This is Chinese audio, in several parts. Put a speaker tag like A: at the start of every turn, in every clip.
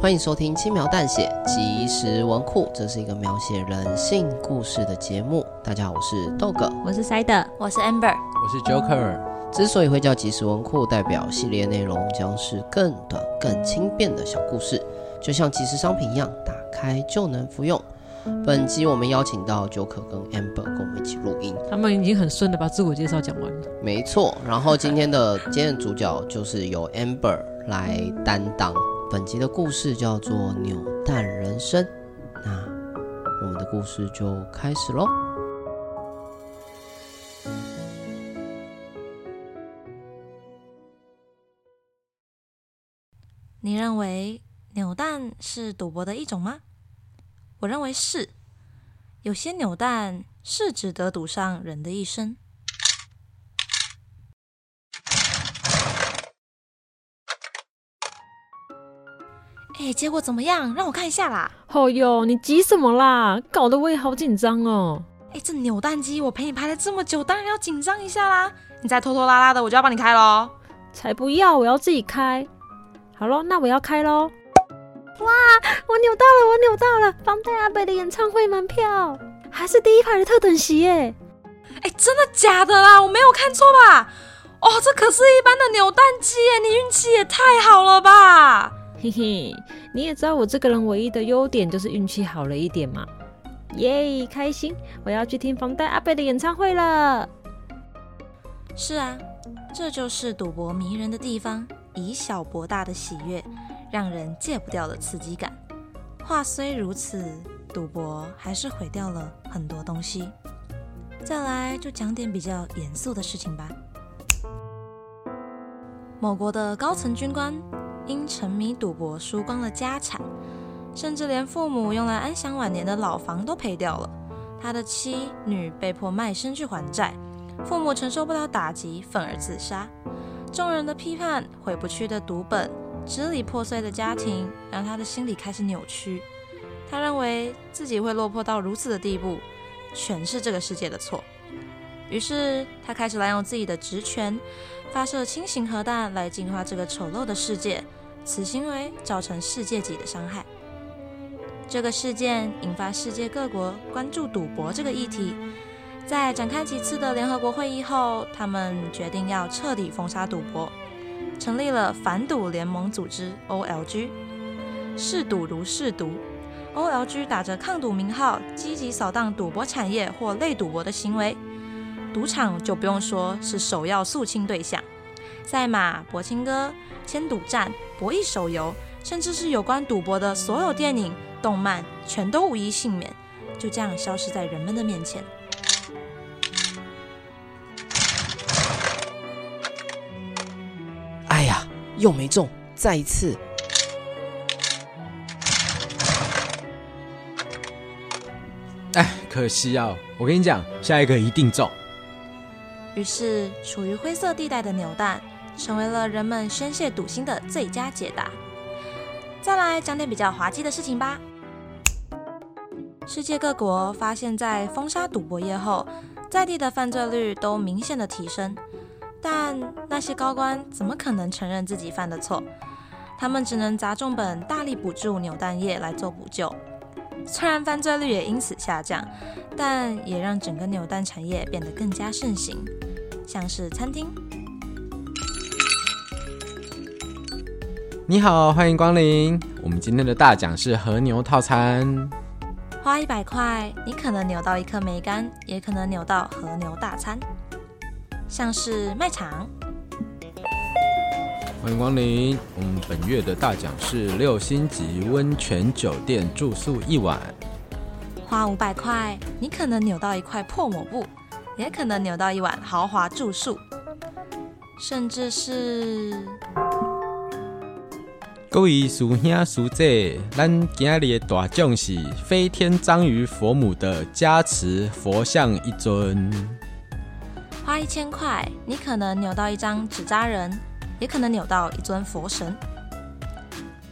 A: 欢迎收听《轻描淡写即时文库》，这是一个描写人性故事的节目。大家好，我是豆哥。
B: 我是 Side，
C: 我是 Amber，
D: 我是 Joker，
A: 之所以会叫即时文库，代表系列内容将是更短、更轻便的小故事，就像即时商品一样，打开就能服用。本集我们邀请到 Joker 跟 Amber 跟我们一起录音，
E: 他们已经很顺的把自我介绍讲完了。
A: 没错。然后今天的今天的主角就是由 Amber 来担当。本集的故事叫做《扭蛋人生》，那我们的故事就开始喽。
C: 你认为扭蛋是赌博的一种吗？我认为是。有些扭蛋是值得赌上人的一生。哎，结果怎么样？让我看一下啦。
E: 哦哟，你急什么啦？搞得我也哎好紧张哦。
C: 哎，这扭蛋机我陪你排了这么久，当然要紧张一下啦。你再拖拖拉拉的，我就要帮你开喽。
E: 才不要，我要自己开。好咯，那我要开喽。哇，我扭到了，我扭到了！房贷阿北的演唱会门票，还是第一排的特等席耶！
C: 哎，真的假的啦？我没有看错吧？哦，这可是一般的扭蛋机耶，你运气也太好了吧！
E: 嘿嘿，你也知道我这个人唯一的优点就是运气好了一点嘛。耶，开心！我要去听房贷阿北的演唱会了。
C: 是啊，这就是赌博迷人的地方，以小博大的喜悦，让人戒不掉的刺激感。话虽如此，赌博还是毁掉了很多东西。再来就讲点比较严肃的事情吧。某国的高层军官因沉迷赌博输光了家产，甚至连父母用来安享晚年的老房都赔掉了。他的妻女被迫卖身去还债，父母承受不了打击，愤而自杀。众人的批判、回不去的读本、支离破碎的家庭，让他的心理开始扭曲。他认为自己会落魄到如此的地步，全是这个世界的错。于是他开始滥用自己的职权，发射轻型核弹来净化这个丑陋的世界。此行为造成世界级的伤害。这个事件引发世界各国关注赌博这个议题，在展开几次的联合国会议后，他们决定要彻底封杀赌博，成立了反赌联盟组织 （OLG）。嗜赌如嗜毒，OLG 打着抗赌名号，积极扫荡赌博产业或类赌博的行为。赌场就不用说是首要肃清对象，赛马、博青哥、千赌站、博弈手游，甚至是有关赌博的所有电影、动漫，全都无一幸免，就这样消失在人们的面前。
A: 哎呀，又没中，再一次。
D: 哎，可惜啊！我跟你讲，下一个一定中。
C: 于是，处于灰色地带的扭蛋成为了人们宣泄赌心的最佳解答。再来讲点比较滑稽的事情吧。世界各国发现，在封杀赌博业后，在地的犯罪率都明显的提升，但那些高官怎么可能承认自己犯的错？他们只能砸重本，大力补助扭蛋业来做补救。虽然犯罪率也因此下降，但也让整个扭蛋产业变得更加盛行，像是餐厅、
D: 你好，欢迎光临。我们今天的大奖是和牛套餐。
C: 花一百块，你可能扭到一颗梅干，也可能扭到和牛大餐。像是卖场，
D: 欢迎光临。我们本月的大奖是六星级温泉酒店住宿一晚。
C: 花五百块，你可能扭到一块破抹布，也可能扭到一碗豪华住宿，甚至是……
D: 各位叔兄叔姐，咱今日的大奖是飞天章鱼佛母的加持佛像一尊。
C: 花一千块，你可能扭到一张纸扎人，也可能扭到一尊佛神。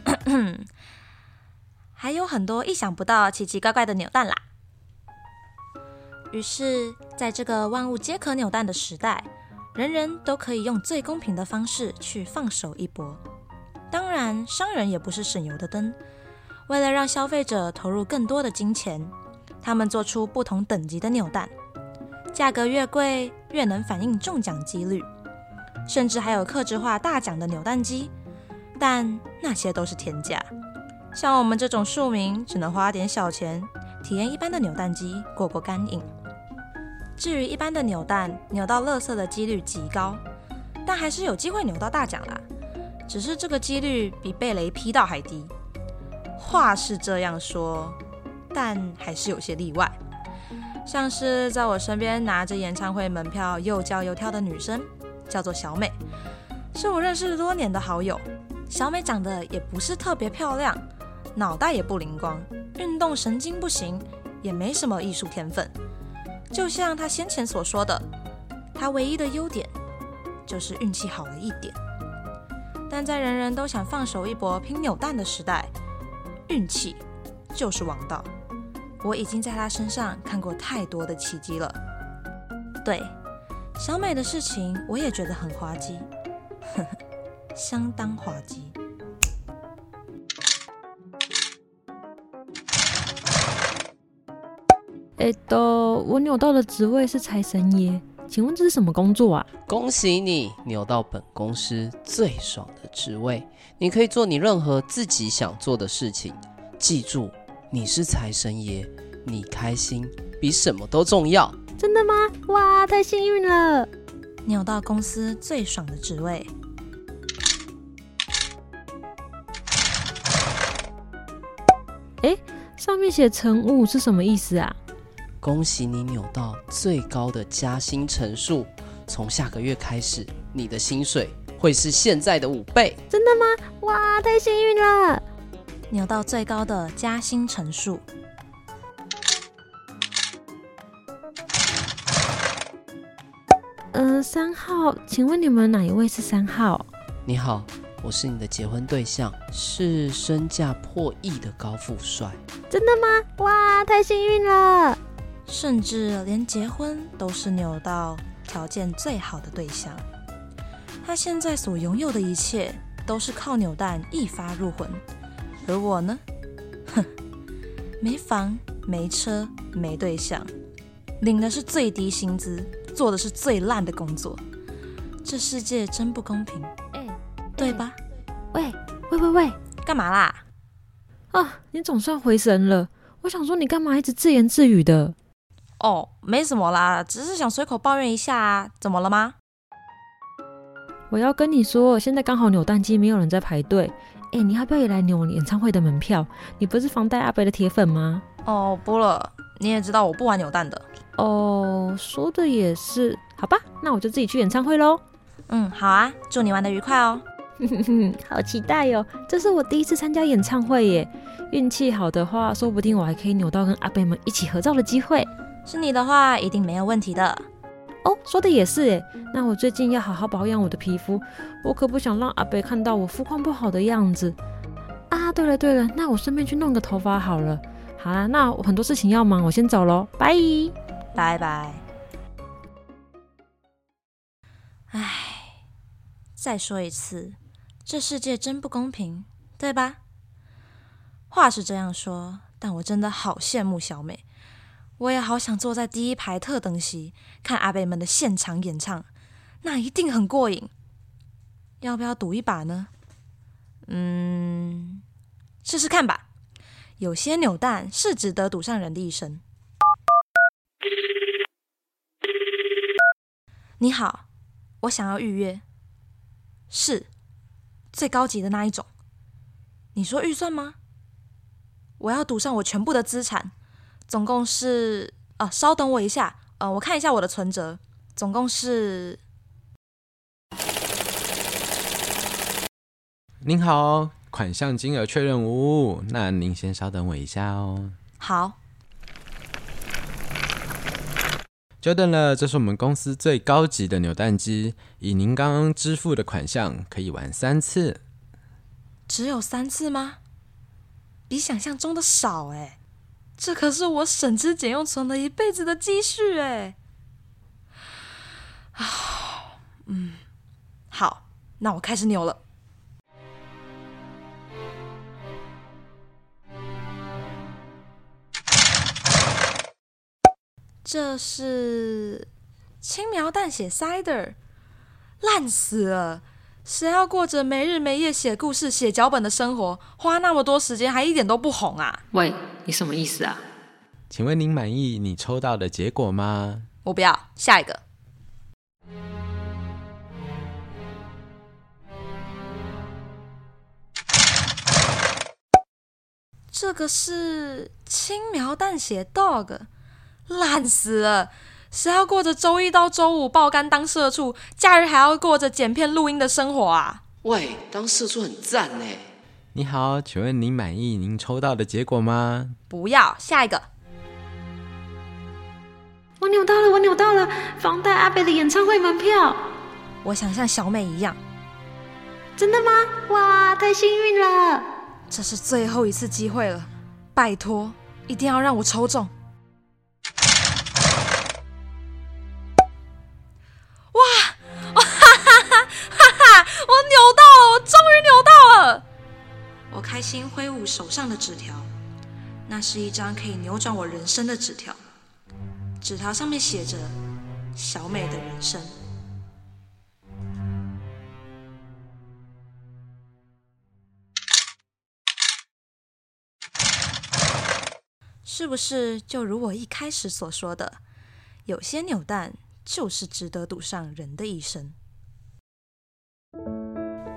C: 还有很多意想不到、奇奇怪怪的扭蛋啦。于是，在这个万物皆可扭蛋的时代，人人都可以用最公平的方式去放手一搏。当然，商人也不是省油的灯。为了让消费者投入更多的金钱，他们做出不同等级的扭蛋，价格越贵越能反映中奖几率，甚至还有克制化大奖的扭蛋机。但那些都是天价，像我们这种庶民只能花点小钱体验一般的扭蛋机，过过干瘾。至于一般的扭蛋，扭到乐色的几率极高，但还是有机会扭到大奖啦。只是这个几率比被雷劈到还低。话是这样说，但还是有些例外，像是在我身边拿着演唱会门票又叫又跳的女生，叫做小美，是我认识多年的好友。小美长得也不是特别漂亮，脑袋也不灵光，运动神经不行，也没什么艺术天分。就像她先前所说的，她唯一的优点就是运气好了一点。但在人人都想放手一搏、拼扭蛋的时代，运气就是王道。我已经在他身上看过太多的奇迹了。对，小美的事情我也觉得很滑稽， 呵呵，相当滑稽。
E: 哎，都我扭到的职位是财神爷，请问这是什么工作啊？
A: 恭喜你扭到本公司最爽的职位，你可以做你任何自己想做的事情。记住，你是财神爷，你开心比什么都重要。
E: 真的吗？哇，太幸运了！
C: 扭到公司最爽的职位，
E: 上面写乘务是什么意思啊？
A: 恭喜你扭到最高的加薪乘数，从下个月开始，你的薪水会是现在的五倍。
E: 真的吗？哇，太幸运了！
C: 扭到最高的加薪乘数。
E: 呃，三号，请问你们哪一位是三号？
A: 你好，我是你的结婚对象，是身价破亿的高富帅。
E: 真的吗？哇，太幸运了！
C: 甚至连结婚都是扭到条件最好的对象。他现在所拥有的一切都是靠扭蛋一发入魂，而我呢， 哼，没房、没车、没对象，领的是最低薪资，做的是最烂的工作。这世界真不公平，
E: 哎，
C: 对吧？
E: 喂喂喂喂，
C: 干嘛啦？
E: 啊，你总算回神了。我想说，你干嘛一直自言自语的？
C: 哦，没什么啦，只是想随口抱怨一下啊，怎么了吗？
E: 我要跟你说，现在刚好扭蛋机没有人在排队。哎、你要不要也来扭演唱会的门票？你不是房贷阿伯的铁粉吗？
C: 哦，不了，你也知道我不玩扭蛋的。
E: 哦，说的也是，好吧，那我就自己去演唱会喽。
C: 嗯，好啊，祝你玩的愉快哦。
E: 嗯，好期待哟、这是我第一次参加演唱会耶。运气好的话，说不定我还可以扭到跟阿贝们一起合照的机会。
C: 是你的话，一定没有问题的。
E: 哦，说的也是耶。那我最近要好好保养我的皮肤，我可不想让阿贝看到我肤况不好的样子。啊，对了对了，那我顺便去弄个头发好了。好啦，那我很多事情要忙，我先走喽，拜。
C: 拜拜。唉，再说一次，这世界真不公平，对吧？话是这样说，但我真的好羡慕小美，我也好想坐在第一排特等席看阿贝们的现场演唱，那一定很过瘾。要不要赌一把呢？嗯，试试看吧。有些扭蛋是值得赌上人的一生。你好，我想要预约。是，最高级的那一种。你说预算吗？我要赌上我全部的资产，总共是……啊，稍等我一下，呃，我看一下我的存折，总共是……
D: 您好，款项金额确认无误，那您先稍等我一下哦。
C: 好，
D: 久等了，这是我们公司最高级的扭蛋机，以您刚刚支付的款项可以玩三次。
C: 只有三次吗？比想象中的少哎、这可是我省吃俭用存了一辈子的积蓄哎、 啊，嗯，好，那我开始扭了。这是轻描淡写 cider，烂死了！谁要过着没日没夜写故事、写脚本的生活，花那么多时间还一点都不红啊？
B: 喂，你什么意思啊？
D: 请问您满意你抽到的结果吗？
C: 我不要，下一个。这个是轻描淡写 dog，烂死了！谁要过着周一到周五爆肝当社畜，假日还要过着剪片录音的生活啊？
A: 喂，当社畜很赞呢。
D: 你好，请问您满意您抽到的结果吗？
C: 不要，下一个。
E: 我扭到了，我扭到了，房贷阿贝的演唱会门票，
C: 我想像小美一样，
E: 真的吗？哇，太幸运了！
C: 这是最后一次机会了，拜托，一定要让我抽中！哇， 哇哈哈哈哈哈！我扭到了，我终于扭到了！我开心挥舞手上的纸条，那是一张可以扭转我人生的纸条。纸条上面写着“小美的人生”。是不是就如我一开始所说的，有些扭蛋就是值得赌上人的一生？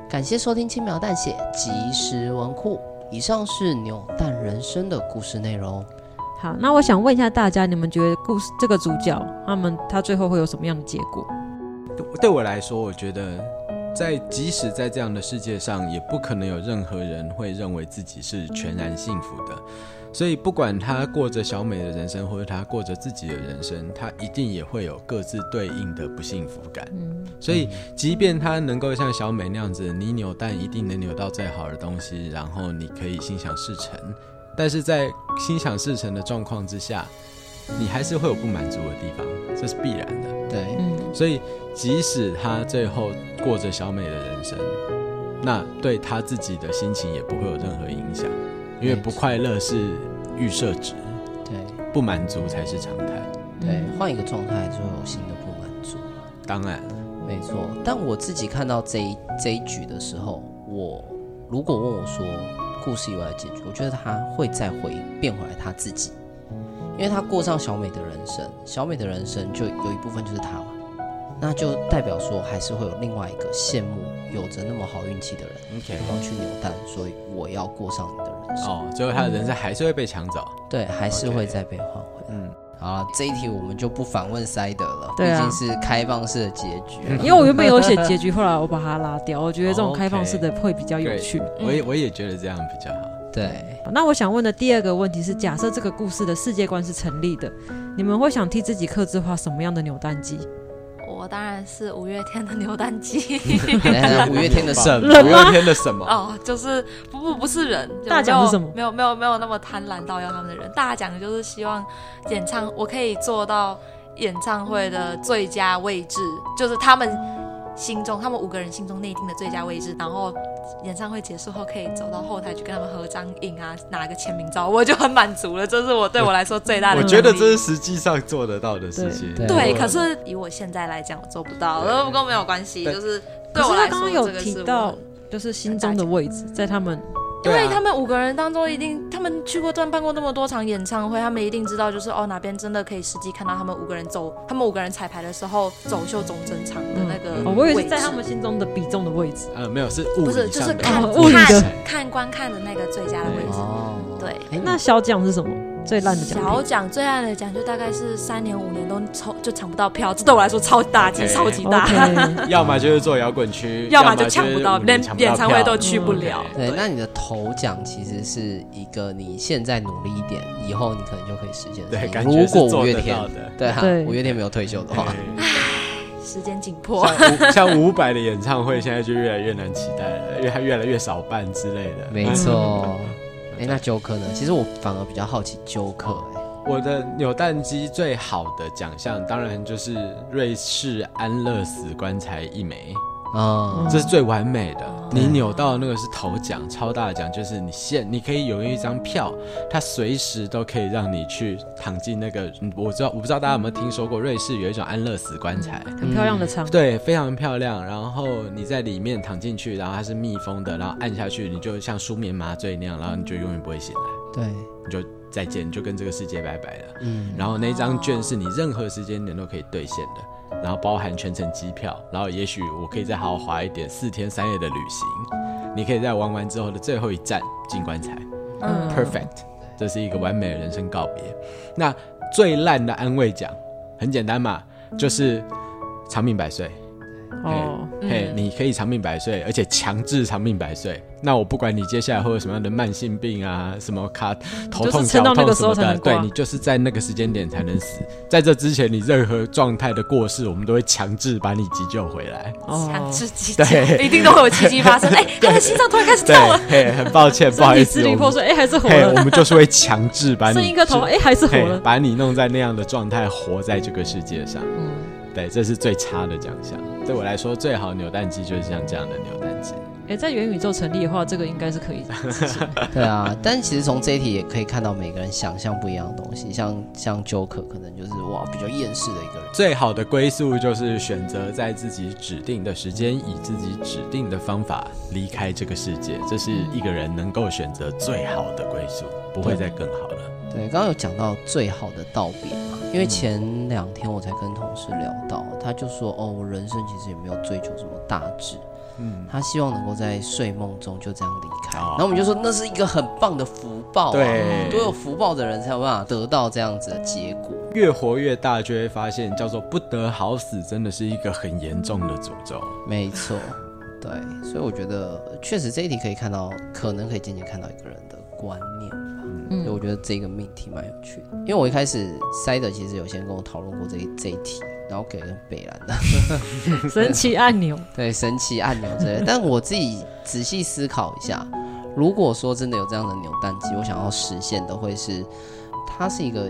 A: 感谢收听轻描淡写即时文库。以上是扭蛋人生的故事内容。
E: 好，那我想问一下大家，你们觉得故事这个主角他们他最后会有什么样的结 果？
D: 对对我来说，我觉得在即使在这样的世界上，也不可能有任何人会认为自己是全然幸福的。所以，不管他过着小美的人生，或者他过着自己的人生，他一定也会有各自对应的不幸福感。
E: 嗯，
D: 所以，即便他能够像小美那样子，你扭蛋一定能扭到最好的东西，然后你可以心想事成，但是在心想事成的状况之下，你还是会有不满足的地方，这是必然的。
A: 对，
E: 嗯，
D: 所以，即使他最后过着小美的人生，那对他自己的心情也不会有任何影响，因为不快乐是预设值，
A: 对，嗯
D: 不满足才是常态。
A: 对，换一个状态就有新的不满足。
D: 当然，
A: 没错，但我自己看到这一这一局的时候，我如果问我说故事以外的结局，我觉得他会再回变回来他自己，因为他过上小美的人生，小美的人生就有一部分就是他嘛，那就代表说还是会有另外一个羡慕有着那么好运气的人，然后去扭蛋，所以我要过上你的人生，
D: 哦，最后他的人生还是会被抢走。
A: 对，还是会再被换回来。
D: 嗯，
A: 好了，这一题我们就不反问塞德了，
E: 对啊
A: 毕竟是开放式的结局啊了。
E: 因为我原本有写结局，后来我把它拉掉，我觉得这种开放式
C: 哦
E: 的会比较有
D: 对
E: 趣。
D: 我
A: 嗯
D: 也我也觉得这样比较好。
A: 对，
E: 那我想问的第二个问题是：假设这个故事的世界观是成立的，你们会想替自己刻制化什么样的扭蛋机？
C: 我当然是五月天的扭蛋机
A: 等一下哎五月天的
D: 什
A: 圣
D: 么？五月天的什么？
C: 哦，就是不不不是人，就
E: 大奖
C: 没有
E: 是什么
C: 没有没有没有那么贪婪到要他们的人，大奖就是希望演唱我可以做到演唱会的最佳位置，就是他们心中他们五个人心中内定的最佳位置，然后演唱会结束后可以走到后台去跟他们合张影啊，拿个签名照，我就很满足了，这是我对我来说最大的
D: 我
C: 鼓励。
D: 觉得这是实际上做得到的事情。
A: 对
C: 对，可是以我现在来讲，我做不到，
D: 对
C: 不过没有关系，
D: 对
C: 就是对
E: 可是
C: 我
E: 他
C: 来
E: 刚
C: 说，
E: 刚有
C: 这个
E: 提
C: 是我
E: 到，就是心中的位置，在他们
C: 因
D: 对啊
C: 为他们五个人当中，一定他们去过办办过那么多场演唱会，他们一定知道就是哦哪边真的可以实际看到他们五个人走，他们五个人彩排的时候走秀总整场的那个
D: 嗯
E: 哦，我以为
C: 位
E: 是
C: 置
E: 在他们心中的比重的位置。
D: 呃，没有，是物
C: 不是
D: 理
C: 就
D: 上
C: 是
D: 的
C: 看
E: 哦物理的
C: 看看观看的那个最佳的位置。
A: 哦，
C: 对
A: 哎，
E: 那小奖是什么？最烂的奖
C: 小
E: 品？
C: 奖最爱的奖就大概是三年五年都抽就抢不到票，这对我来说超打击，
D: OK
C: 超级大。
E: OK，
D: 要么就是做摇滚区，
C: 要么
D: 么
C: 就
D: 抢
C: 抢不到，连演唱会都去不了。
D: 嗯
A: 对，那你的头奖其实是一个你现在努力一点，以后你可能就可以实现的
D: 对，
A: 事情。
D: 感
A: 如
D: 觉
A: 果
D: 是
A: 五
D: 做
A: 月
D: 得
A: 天
D: 到，的。
A: 对啊
E: 对，
A: 五月天没有退休的话，
D: 对
C: 时间紧迫，
D: 像 伍像伍佰的演唱会，现在就越来越难期待了，因为它越来越少办之类的。嗯
A: 没错。哎，那九科呢？其实我反而比较好奇九科，哎，
D: 我的扭蛋机最好的奖项，当然就是瑞士安乐死棺材一枚，
A: 啊，
D: 这是最完美的。你扭到那个是头奖，超大的奖就是你现你可以有一张票，它随时都可以让你去躺进那个。嗯我知道，我不知道大家有没有听说过，瑞士有一种安乐死棺材。
B: 嗯
E: 很漂亮的场。
D: 对，非常漂亮。然后你在里面躺进去，然后它是密封的，然后按下去，你就像舒眠麻醉那样，然后你就永远不会醒来，
A: 对，
D: 你就再见，你就跟这个世界拜拜了。
A: 嗯，
D: 然后那张券是你任何时间点都可以兑现的，然后包含全程机票，然后也许我可以再豪华一点，四天三夜的旅行，你可以在玩完之后的最后一站进棺材
C: 嗯，
D: ，perfect，这是一个完美的人生告别。那最烂的安慰奖很简单嘛，就是长命百岁。
E: 哦，
D: 嘿，你可以长命百岁，而且强制长命百岁。那我不管你接下来会有什么样的慢性病啊，什么卡头痛、
E: 就是
D: 脚
E: 撑到那
D: 痛
E: 个时
D: 什
E: 候
D: 么
E: 才能
D: 的，
E: 挂
D: 对你就是在那个时间点才能死。在这之前，你任何状态的过世，我们都会强制把你急救回 来。
C: 强
E: 哦，
C: 制急救，
D: 对
C: 一定都会有奇 迹发生。哎，他的心脏突然开始
D: 对
C: 跳了，，
D: 嘿，很抱歉，不好
E: 啊 身
D: 意
E: 体
D: 思
E: 支，离
D: 我
E: 破
D: 们
E: 碎，哎，还是活
D: 嘿，我
E: 了。
D: 们就是会强制把你
E: 剩一个头，
D: 治
E: 哎，还是活
D: 嘿
E: 了。
D: 把你弄在那样的状态，活在这个世界上。
E: 嗯
D: 对，这是最差的奖项。对我来说，最好的扭蛋机就是像这样的扭蛋机。
E: 哎，在元宇宙成立的话，这个应该是可以实现的。
A: 对啊，但其实从这一题也可以看到每个人想象不一样的东西，像像 Joker 可能就是哇比较厌世的一个人，
D: 最好的归宿就是选择在自己指定的时间，以自己指定的方法离开这个世界，这是一个人能够选择最好的归宿，不会再更好了。
A: 对，刚刚有讲到最好的道别嘛，因
D: 嗯
A: 为前两天我才跟同事聊到，他就说哦，我人生其实也没有追求什么大志，
D: 嗯，
A: 他希望能够在睡梦中就这样离开。
D: 哦
A: 然后我们就说那是一个很棒的福报、啊，
D: 对
A: 多有福报的人才有办法得到这样子的结果。
D: 越活越大，就会发现叫做不得好死，真的是一个很严重的诅咒。
A: 没错，对，所以我觉得呃确实这一题可以看到，可能可以渐渐看到一个人的观念吧。所以我觉得这个命题蛮有趣的，因为我一开始塞德其实有先跟我讨论过这一这一题，然后给了北兰的
E: 神奇按钮，
A: 对神奇按钮之类 的，但我自己仔细思考一下，如果说真的有这样的扭蛋机，我想要实现的会是，它是一个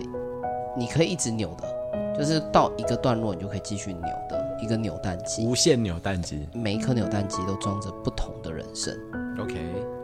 A: 你可以一直扭的，就是到一个段落你就可以继续扭的一个扭蛋机，
D: 无限扭蛋机
A: 每一颗扭蛋机都装着不同的人生。
D: ，OK，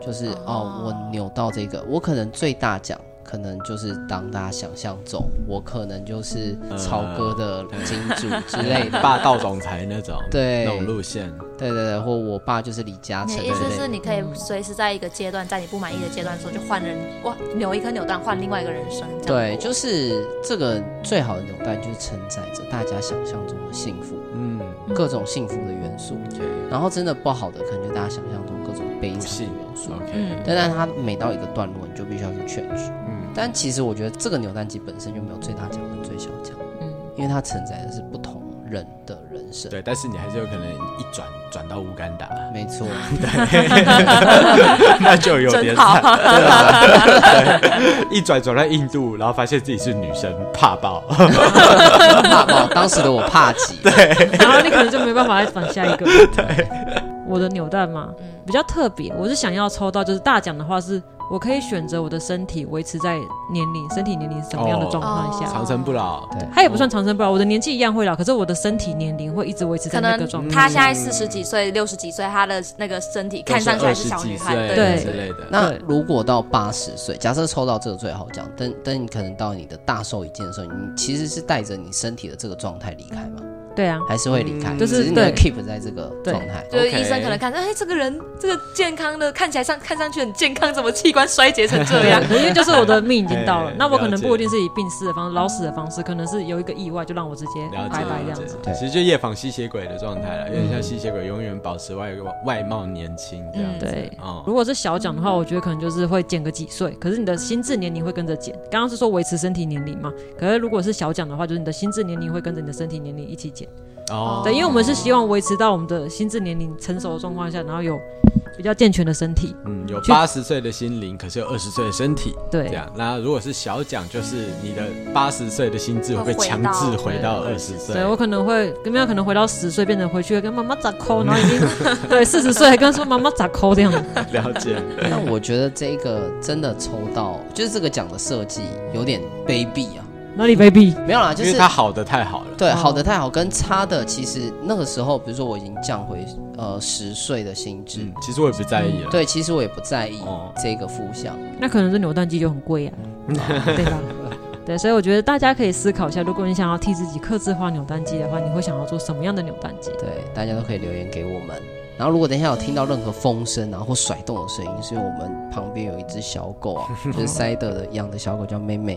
A: 就是哦，我扭到这个，我可能最大奖可能就是当大家想象中，我可能就是
D: 呃
A: 曹哥的金主之类 的，
D: 霸道总裁那 种，
A: 对
D: 那种路线，
A: 对对对，或我爸就是李嘉
C: 你
A: 诚
C: 的
A: 之
C: 意思
A: 类
C: 是
A: 的。
C: 你可以随时在一个阶段，在你不满意的阶段的时候就换人，哇，扭一颗扭蛋换另外一个人生，这样
A: 对，就是这个最好的扭蛋，就是承载着大家想象中的幸福，
D: 嗯
A: 各种幸福的元素。
D: ，OK，
A: 然后真的不好的，可能就大家想象中各种悲
D: 不
A: 惨的
D: 幸
A: 元素。
D: ，OK，
C: 嗯
A: 但但它每到一个段落，你就必须要去劝取。
D: 嗯，
A: 但其实我觉得这个扭蛋机本身就没有最大奖跟最小奖，嗯，因为它承载的是不同人的人生。，
D: 对，但是你还是有可能一转转到乌干达，
A: 没错，
D: 那就有点
C: 真
D: 惨。
C: 好。
D: 一转转到印度，然后发现自己是女生，怕爆。
A: 怕爆，当时的我怕极。对，
E: 然后你可能就没办法再转下一 个。我的扭蛋嘛，
D: 嗯
E: 比较特别，我是想要抽到，就是大奖的话是。我可以选择我的身体维持在年龄，身体年龄是什么样的状况下？
D: 长生不老，
E: 它也不算长生不老，我的年纪一样会老，可是我的身体年龄会一直维持在
C: 可
E: 那
C: 能
E: 个状态。
C: 她现在四十几岁、六十几岁，她的那个身体看上去还是小女孩，
D: 都是
C: 对
D: 二十几
C: 对
D: 岁之
E: 对
D: 类的。
A: 那
E: 对
A: 如果到八十岁，假设抽到这个最好奖，等等你可能到你的大寿一件的时候，你其实是带着你身体的这个状态离开嘛？
B: 对啊，
A: 还是会离开，
D: 嗯
B: 就是
A: 只你会
B: 对
A: keep 在这个
B: 对
A: 状态。
C: 就是
D: OK
C: 医生可能看，哎，这个人这个健康的，看起来上看上去很健康，怎么器官衰竭成这
B: 对
C: 样
B: 啊？，因为就是我的命已经到了
D: 哎，
B: 那我可
D: 了
B: 能
D: 解
B: 不一定是以病死的方式、老死的方式，可能是有一个意外就让我直接
D: 了解
B: 拜拜这
D: 了
B: 样
D: 解
B: 子。，
A: 对
D: 其实就夜访吸血鬼的状态了，有点像
A: 嗯
D: 吸血鬼永远保持外外貌年轻这样
C: 嗯
D: 子。
B: 对，如
D: 哦，
B: 果是小奖的话，我觉得可能就是会减个几岁，可是你的心智年龄会跟着减。刚刚是说维持身体年龄嘛，可是如果是小奖的话，就是你的心智年龄会跟着你的身体年龄一起减。
D: 哦
B: 对，因为我们是希望维持到我们的心智年龄成熟的状况下，然后有比较健全的身体。
D: 嗯，有
B: 去
D: 八十岁的心灵，可是有二十岁的身体，
B: 对
D: 这，样。那如果是小奖，就是你的八十岁的心智会被
C: 会回
D: 强
C: 到
D: 制回到二
C: 对
D: 十岁
B: 对。我可能会跟妈可能回到十岁，变成回去跟妈妈咋 抠，然后已经对四十岁还跟说妈妈咋抠这样。
D: 了解，
A: 那我觉得这个真的抽到，就是这个奖的设计有点卑鄙啊。
B: 哪里 baby？
A: 没有啦，就
D: 因为
A: 是
D: 他好的太好了。
A: 对
B: 哦
A: 好的太好，跟差的其实那个时候，比如说我已经降回呃十岁的心智，
D: 嗯，其实我也不在意了。
A: 对，其实我也不在意
D: 哦
A: 这个负向。
B: 那可能这扭蛋机就很贵啊，对吧？对，所以我觉得大家可以思考一下，如果你想要替自己克制化扭蛋机的话，你会想要做什么样的扭蛋机？
A: 对，大家都可以留言给我们。然后，如果等一下有听到任何风声啊或甩动的声音，是因为我们旁边有一只小狗 啊，就是塞德的养的小狗叫妹妹，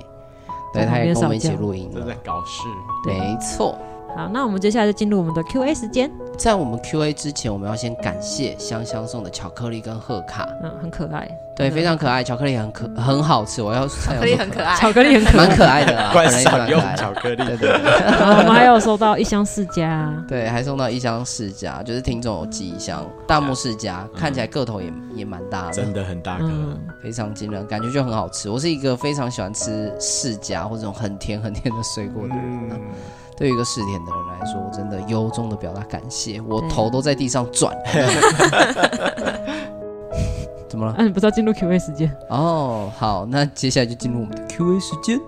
A: 对，
B: 在
A: 它
B: 旁
A: 也
B: 边
A: 跟我们一
B: 撒
A: 起
B: 娇
A: 录音
D: 正在
A: 了。
D: 搞事。
B: 对
A: 没错，
B: 好，那我们接下来就进入我们的 Q A 时间。
A: 在我们 Q A 之前，我们要先感谢香香送的巧克力跟贺卡，
B: 嗯，很可爱，
A: 对，
B: 嗯
A: 非常可爱，巧克力很可很好吃，我要巧
C: 巧克力很可，爱，
B: 巧克力很可
A: 蛮
B: 爱。
A: 可爱的啊啦，
D: 怪
A: 本来就
D: 少
A: 蛮可
D: 用
A: 爱的
D: 巧克力，
A: 对对对。
B: 我们还有收到一箱世家，
A: 对，还送到一箱世家，就是听众有寄一箱大木世家，看起来个头也也蛮大的，
D: 嗯真的很大颗
B: 嗯。，
A: 非常惊人，感觉就很好吃。我是一个非常喜欢吃世家或这种很甜很甜的水果的人、啊。
D: 嗯，
A: 对于一个嗜甜的人来说，我真的由衷的表达感谢，我
D: 嗯
B: 对
A: 头都在地上 转。 怎么了？
B: 嗯，你不是要进入 Q A 时间？
A: 哦，好，那接下来就进入我们的 Q&A 时间。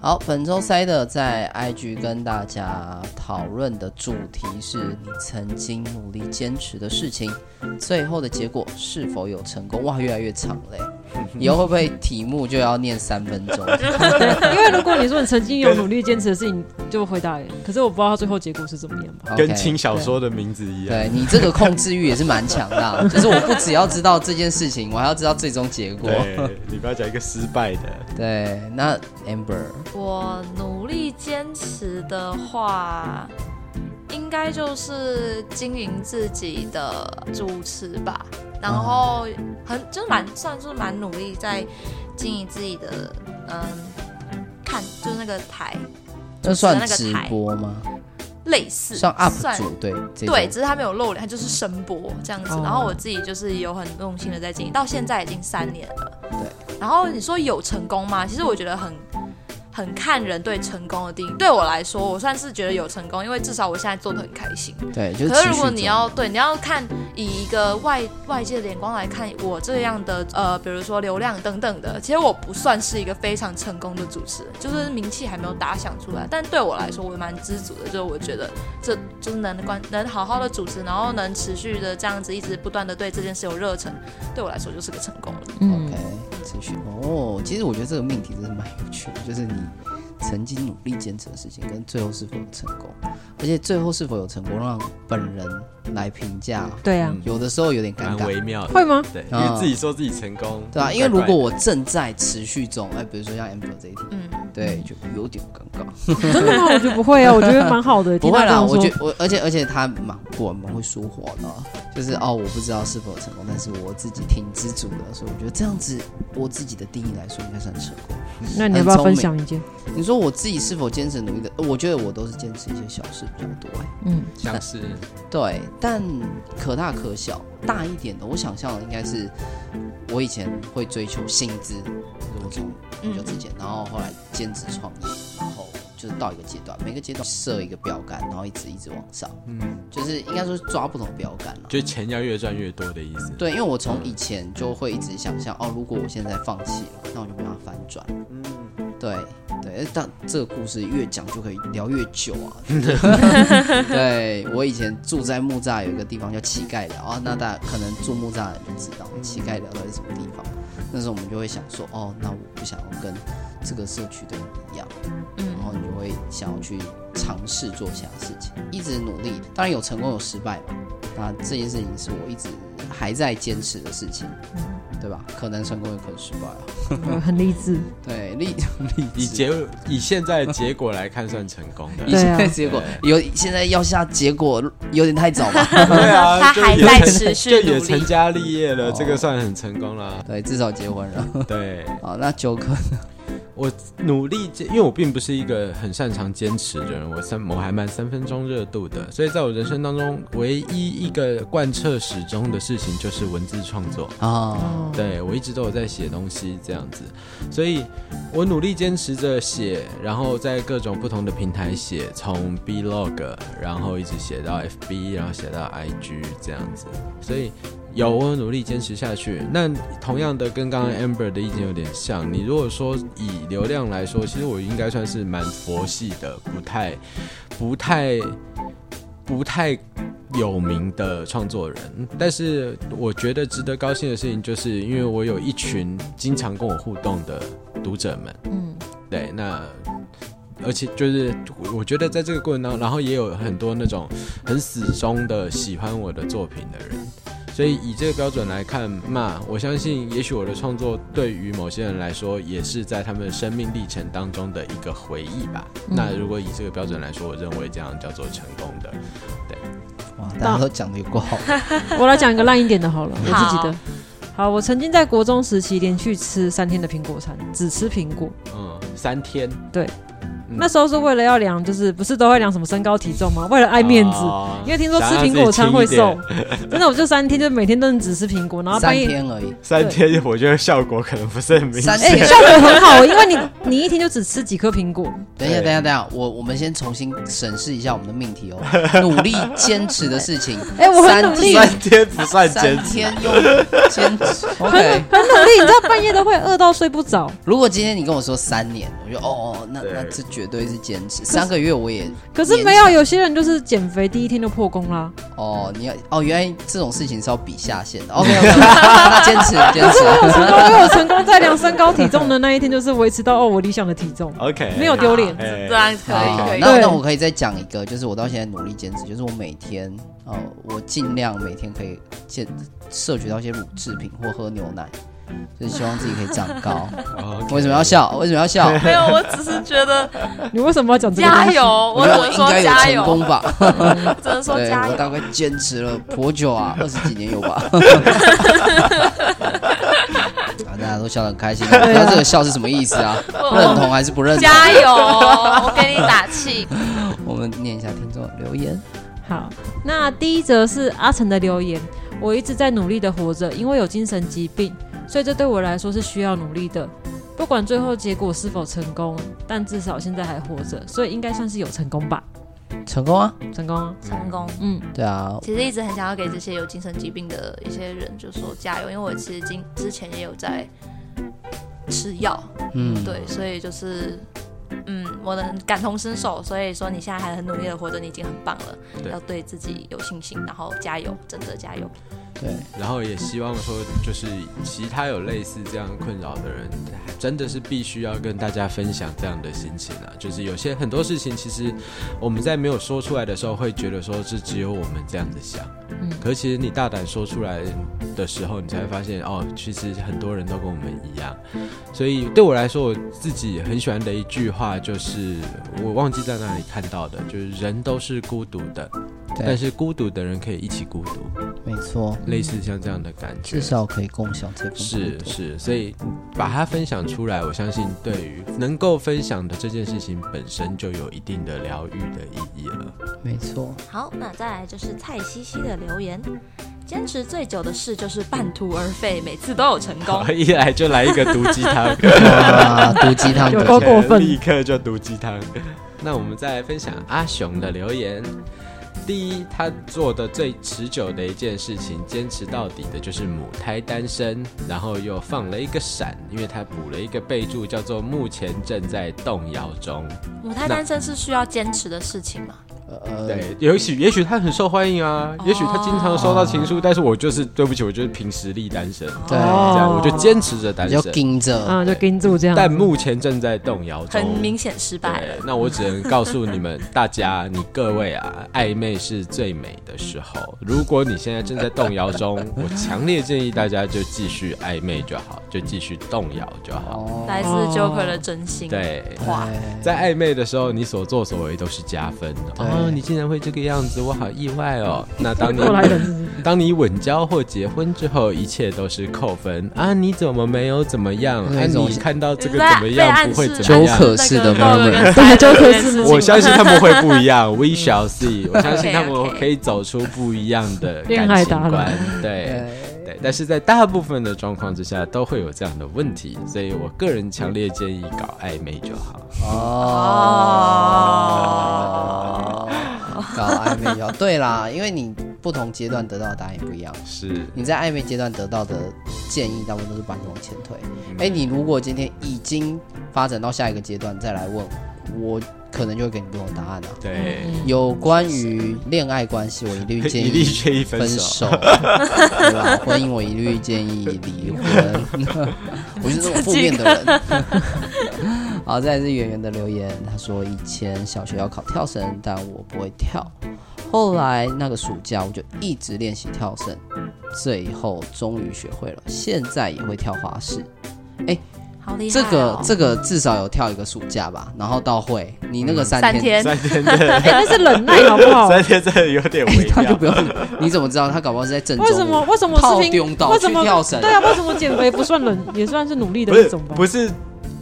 A: 好，本周塞的在 IG 跟大家讨论的主题是你曾经努力坚持的事情，最后的结果是否有成功？哇，越来越长 嘞，以后会不会题目就要念三分钟？
B: 因为如果你说你曾经有努力坚持的事情，你就回答耶。可是我不知道它最后结果是怎么样吧。
D: 跟
A: OK
D: 轻小说的名字一样。
A: 对你这个控制欲也是蛮强大 的，啊就是我不只要知道这件事情，我还要知道最终结果。
D: 对，你不要讲一个失败的。
A: 对，那 Amber
C: 我努力坚持的话，应该就是经营自己的主持吧，然后很就是蛮算是蛮努力在经营自己的，嗯，看就是那个台
A: 这
C: 持的
A: 算
C: 那个
A: 直
C: 台
A: 播吗？
C: 类似
A: 算 UP
C: 算
A: 主对这种
C: 对，只是他没有露脸，他就是声波这样子。
B: 哦
C: 然后我自己就是有很用心的在经营，到现在已经三年了。
A: 对。
C: 然后你说有成功吗？其实我觉得很很看人对成功的定义。对我来说，我算是觉得有成功，因为至少我现在做的很开心。
A: 对，就是
C: 可
A: 持
C: 是如
A: 续
C: 果你
A: 做
C: 要对你要看以一个外外界的眼光来看我这样的呃，比如说流量等等的，其实我不算是一个非常成功的主持人，就是名气还没有打响出来。但对我来说，我蛮知足的，就是我觉得这就是能关能好好的主持，然后能持续的这样子一直不断的对这件事有热忱，对我来说就是个成功了。
B: 嗯
A: OK，，持续哦。其实我觉得这个命题真的蛮有趣的，就是你曾经努力坚持的事情，跟最后是否有成功，而且最后是否有成功，让本人来评价，
B: 对啊，
D: 嗯
A: 有的时候有点尴
D: 蛮
A: 尬，
D: 微妙的。
B: 会 吗？
D: 对，因
A: 啊
D: 为自己说自己成功，
A: 对啊，因为如果我正在持续中，哎，比如说像 Amber 这一题，
C: 嗯，
A: 对，就有点尴尬。
B: 真的吗？我觉得不会啊，我觉得蛮好的。
A: 不会
B: 听
A: 啦，
B: 到
A: 我
B: 这样
A: 觉
B: 说
A: 我，而且而且他蛮果然蛮会说谎的啊，就是哦，我不知道是否有成功，但是我自己挺知足的，所以我觉得这样子，我自己的定义来说，应该算成功。
B: 那你要不要分享一件？
A: 你说我自己是否坚持努力的？呃我觉得我都是坚持一些小事比较多、哎，
B: 嗯，
D: 像是
A: 对，但可大可小。大一点的，我想象的应该是我以前会追求薪资，就是我从
D: 嗯
A: 很久之前，然后后来兼职创业，然后就是到一个阶段，每个阶段设一个标杆，然后一直一直往上，
D: 嗯，
A: 就是应该说抓不同的标杆了。
D: 就钱要越赚越多的意思。
A: 对，因为我从以前就会一直想象，哦，如果我现在放弃了，那我就没办法反转。嗯，对对，但这个故事越讲就可以聊越久啊。对我以前住在木栅有一个地方叫乞丐寮啊，那大家可能住木栅的人就知道乞丐寮到底是什么地方。那时候我们就会想说，哦，那我不想要跟这个社区的人一样，然
C: 嗯
A: 后你就会想要去尝试做其他事情，一直努力。当然有成功有失败嘛，那这件事情是我一直还在坚持的事情，
E: 嗯
A: 对吧？可能成功也可能失败啊。
E: 呃很励志。
A: 对，励励
D: 以
A: 志。
D: 结以现在的结果来看，算成功 的。
A: 以
E: 对
A: 前
E: 啊
A: 的结果有，现在要下结果有点太早吧？
D: 对啊，
C: 他
D: 就
C: 还
D: 也
C: 在
D: 成
C: 持续
D: 就
C: 努
D: 也
C: 力
D: 成家立业了，
A: 哦
D: 这个算很成功啦。
A: 对，至少结婚了。
D: 对，
A: 好，那九哥，
D: 努力坚，因为我并不是一个很擅长坚持的人，我三我还蛮三分钟热度的，所以在我人生当中，唯一一个贯彻始终的事情就是文字创作。
A: 啊，
B: 哦
D: 对我一直都有在写东西这样子，所以我努力坚持着写，然后在各种不同的平台写，从 blog，然后一直写到 FB，然后写到 IG 这样子，所以有我有努力坚持下去。那同样的，跟刚刚 Amber 的意见有点像，你如果说以流量来说，其实我应该算是蛮佛系的，不太不太不太有名的创作人，但是我觉得值得高兴的事情，就是因为我有一群经常跟我互动的读者们，
E: 嗯，
D: 对，那而且就是我我觉得在这个过程当中，然后也有很多那种很死忠的喜欢我的作品的人，所以以这个标准来看嘛，我相信也许我的创作对于某些人来说，也是在他们生命历程当中的一个回忆吧。那如果以这个标准来说，我认为这样叫做成功的。
A: 哇，大家都讲的有够好，
E: 我来讲一个烂一点的好了，我自己
C: 好
E: 的。好，我曾经在国中时期连续吃三天的苹果餐，只吃苹果。
D: 嗯，三天嗯
E: 那时候是为了要量，就是不是都会量什么身高体重吗？为了爱面子，
D: 哦
E: 因为听说吃苹果餐会瘦，真的，我就三天，就每天都能只吃苹果，然后
A: 三
E: 半夜
A: 天而已，
D: 三天我觉得效果可能不是很明
A: 三
D: 显。
E: 哎、
A: 天。
E: 效果很好，因为你你一天就只吃几颗苹果，
A: 等一下，
D: 对
A: 等一下，等一下，我我们先重新审视一下我们的命题哦，努力坚持的事情，
E: 哎我很
A: 三
E: 努力
A: 天
D: 三天不算
A: 三
D: 坚持，
A: 天用坚 持，OK。
E: 很努力，你知道半夜都会饿到睡不着。
A: 如果今天你跟我说三年，我就哦哦，那
D: 对
A: 那这绝对是坚持。三个月我 也
E: 可是没有，有些人就是减肥第一天就破功啦。
A: 哦，你要哦，原来这种事情是要比下限的。OK OK，那坚持坚持。
E: 因为我成功在量身高体重的那一天，就是维持到哦我理想的体重，
D: OK，
E: 没有丢脸。
D: 哎
C: 这样 啊可以
A: 好
C: 可以。
A: 那
E: 对
A: 那我可以再讲一个，就是我到现在努力坚持，就是我每天哦，我尽量每天可以见摄取到一些乳制品或喝牛奶，就是希望自己可以长 高。
C: 哦
A: 为什么要笑？为什么要笑？
C: 没有，我只是 觉得
E: 你为什么要讲这个？
C: 加！油， 我
A: 觉得
C: 我
A: 应
C: 说
A: 该有
C: 加
A: 成功
C: 油，
A: 吧？
C: 我只能说
A: 对
C: 加
A: 我
C: 油。
A: 大概坚持了颇久 啊，二十几年有吧。啊，大家都笑得很开心、啊，那这个笑是什么意思啊？
C: 我
A: 认同还是不 认同？
C: 哦加油，我给你打气。
A: 我们念一下听众留言。
E: 好，那第一则是阿成的留言，我一直在努力的活着，因为有精神疾病，所以这对我来说是需要努力的。不管最后结果是否成功，但至少现在还活着，所以应该算是有成功吧？
A: 成功啊！
E: 成功啊，
C: 成功。
E: 嗯，
A: 对啊，
C: 其实一直很想要给这些有精神疾病的一些人就说加油，因为我其实今之前也有在吃药，
A: 嗯，
C: 对，所以就是。嗯，我能感同身受，所以说你现在还很努力的活着，你已经很棒了。
D: 对
C: 要对自己有信心，然后加油，真的加油。
A: 对，
D: 然后也希望说，就是其他有类似这样困扰的人，真的是必须要跟大家分享这样的心情啊。就是有些很多事情，其实我们在没有说出来的时候，会觉得说是只有我们这样子想。嗯
E: 嗯，
D: 可是其实你大胆说出来的时候，你才会发现哦，其实很多人都跟我们一样。所以对我来说，我自己很喜欢的一句话就是，我忘记在哪里看到的，就是人都是孤独的，
A: 对
D: 但是孤独的人可以一起孤独。
A: 没错，
D: 类似像这样的感觉
A: 至。少嗯可以共享这份孤
D: 是
A: 独
D: 是，所以把它分享出来，我相信对于能够分享的这件事情本身就有一定的疗愈的意义了。。
A: 没错，
C: 好，那再来就是蔡西西的留言，坚持最久的事就是半途而废，每次都有成功
D: 一来就来一个毒鸡汤，
A: 啊，毒鸡汤
E: 有
A: 的
E: 够过分
D: 立刻就毒鸡汤。那我们再来分享阿雄的留言。第一，他做的最持久的一件事情，坚持到底的就是母胎单身，然后又放了一个闪，因为他补了一个备注，叫做“目前正在动摇中”。
C: 母胎单身是需要坚持的事情吗？
A: 呃，
D: 对，也许也许他很受欢迎啊，也许他经常收到情书，但是我就是对不起，我就是凭实力单身，
A: 对
D: 这样我就坚持着单
A: 比较
D: 身，
A: 盯
C: 哦
A: 着，
E: 啊，就盯住
B: 嗯
E: 这样。
D: 但目前正在动摇中，
C: 很明显失败
D: 对
C: 了。，
D: 那我只能告诉你们大家，你各位啊，暧昧是最美的时候。如果你现在正在动摇中，我强烈建议大家就继续暧昧就好，就继续动摇就好。
A: 哦，
C: 来自 Joker 的真心，，
D: 对，
C: 话
A: 对
D: 在暧昧的时候，你所作所为都是加分的。哦，你竟然会这个样子，我好意外哦。那当你
E: 过来人是不是
D: 当你稳交或结婚之后，一切都是扣分啊！你怎么没有怎么样？
A: 那
D: 啊，
A: 种
D: 你看到这
C: 你
D: 个
C: 在
D: 怎么
C: 被暗
D: 样？不会
C: 示
D: 怎么样？
A: Joker 式的 murmur
C: 对
E: 对，Joker 式
D: 我相信他们会不一样，We
C: 嗯
D: shall see。我相信他们可以走出不一样的
E: 恋
D: 感
E: 爱
D: 情
E: 达人
D: 观，对对。但是在大部分的状况之下，都会有这样的问题，所以我个人强烈建议搞暧昧就好。
A: 哦，搞暧昧要对啦，因为你不同阶段得到的答案也不一样。
D: 是，
A: 你在暧昧阶段得到的建议，大部分都是把你往前推。
D: 嗯
A: 哎、你如果今天已经发展到下一个阶段再来问我，可能就会给你不同的答案啊。
D: 对，
A: 有关于恋爱关系，我一 律建
D: 一律
A: 议
D: 建议分
A: 分
D: 手
A: 手，对吧？婚姻我一律建议离婚，我是这种负面的人。好，再来是圆圆的留言，他说以前小学要考跳绳，但我不会跳。后来那个暑假我就一直练习跳绳，最后终于学会了，现在也会跳花式。
C: 好厉害
A: 这
C: 哦！
A: 个这个至少有跳一个暑假吧，然后到会，你那个三
C: 三
A: 天
C: 天，
D: 三天的，
E: 哎，那是忍 耐好不好？
D: 三天真的有点 微
A: 他就
D: 妙
A: 不。用，你怎么知道他搞不好是在正中午？
E: 为什么？为什么
A: 泡
E: 视
A: 丢
E: 频？
A: 岛
E: 为什么
A: 去跳绳
E: 对啊，为什么减肥不算忍，也算是努力的
D: 不
E: 一
D: 是
E: 种吧？
D: 不是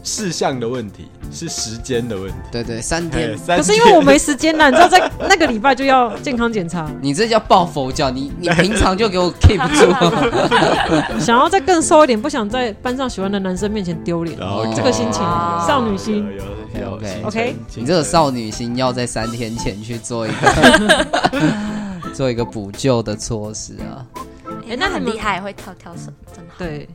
D: 事项的问题，是时间的问题。
A: 对对，三
D: 哎
A: 天。
D: 三
E: 可是因
D: 天
E: 为我没时间了，你知道，在那个礼拜就要健康检查，
A: 你这叫抱佛脚，你你平常就给我 keep 住，
E: 想要再更瘦一点，不想在班上喜欢的男生面前丢脸，
D: OK
E: 这个心情，
C: 哦
E: 少女心。
D: 有有
A: OK，
D: 有
E: OK
A: 你这个少女心要在三天前去做一个做一个 补救的措施啊！
C: 哎，那很厉害，会跳跳绳，真好。
E: 对，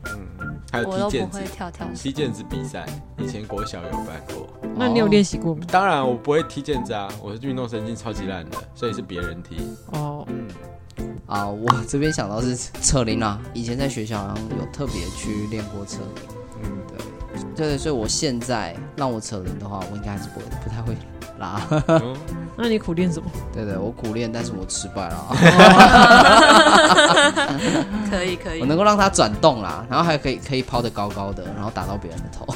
D: 还有
C: 我都
D: 踢
C: 不
D: 毽子
C: 会，跳跳绳，
D: 踢毽子比赛以前国小有办过。
E: 那你有练习过吗？
D: 当然我不会踢毽子啊，我是运动神经超级烂的，所以是别人 踢。
E: 哦，
A: 啊，我这边想到是扯铃啦，以前在学校好像有特别去练过扯铃，
D: 嗯，
A: 对对，所以我现在让我扯铃的话，我应该还是不会不太会拉，
D: 嗯
E: 那你苦练 什么？
A: 对对，我苦练，但是我失败了啊。
C: 可以可以
A: 我。能够让它转动啦，然后还可以可以抛得高高的，然后打到别人的头。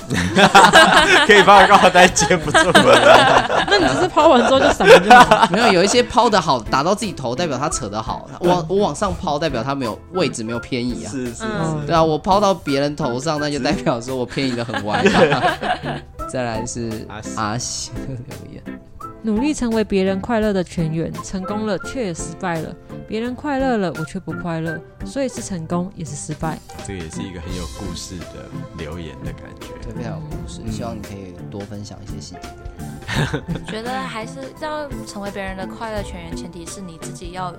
D: 可以把我高带接不住了。
E: 那你只是抛完之后就闪人就好了。
A: 没有，有一些抛得好，打到自己头，代表他扯得好。往我往上抛，代表他没有位置没有偏移啊。
D: 是是
C: 嗯
D: 是，
A: 对啊，我抛到别人头上，那就代表说我偏移的很歪嘛。再来是
D: 阿喜
A: 阿喜 的留言，
E: 努力成为别人快乐的全员，成功了却也失败了。别人快乐了，我却不快乐，所以是成功也是失败。
D: 这个也是一个很有故事的留言的感觉。
A: 对，非常有故事，希望你可以多分享一些细节。
C: 觉得还是要成为别人的快乐全员，前提是你自己要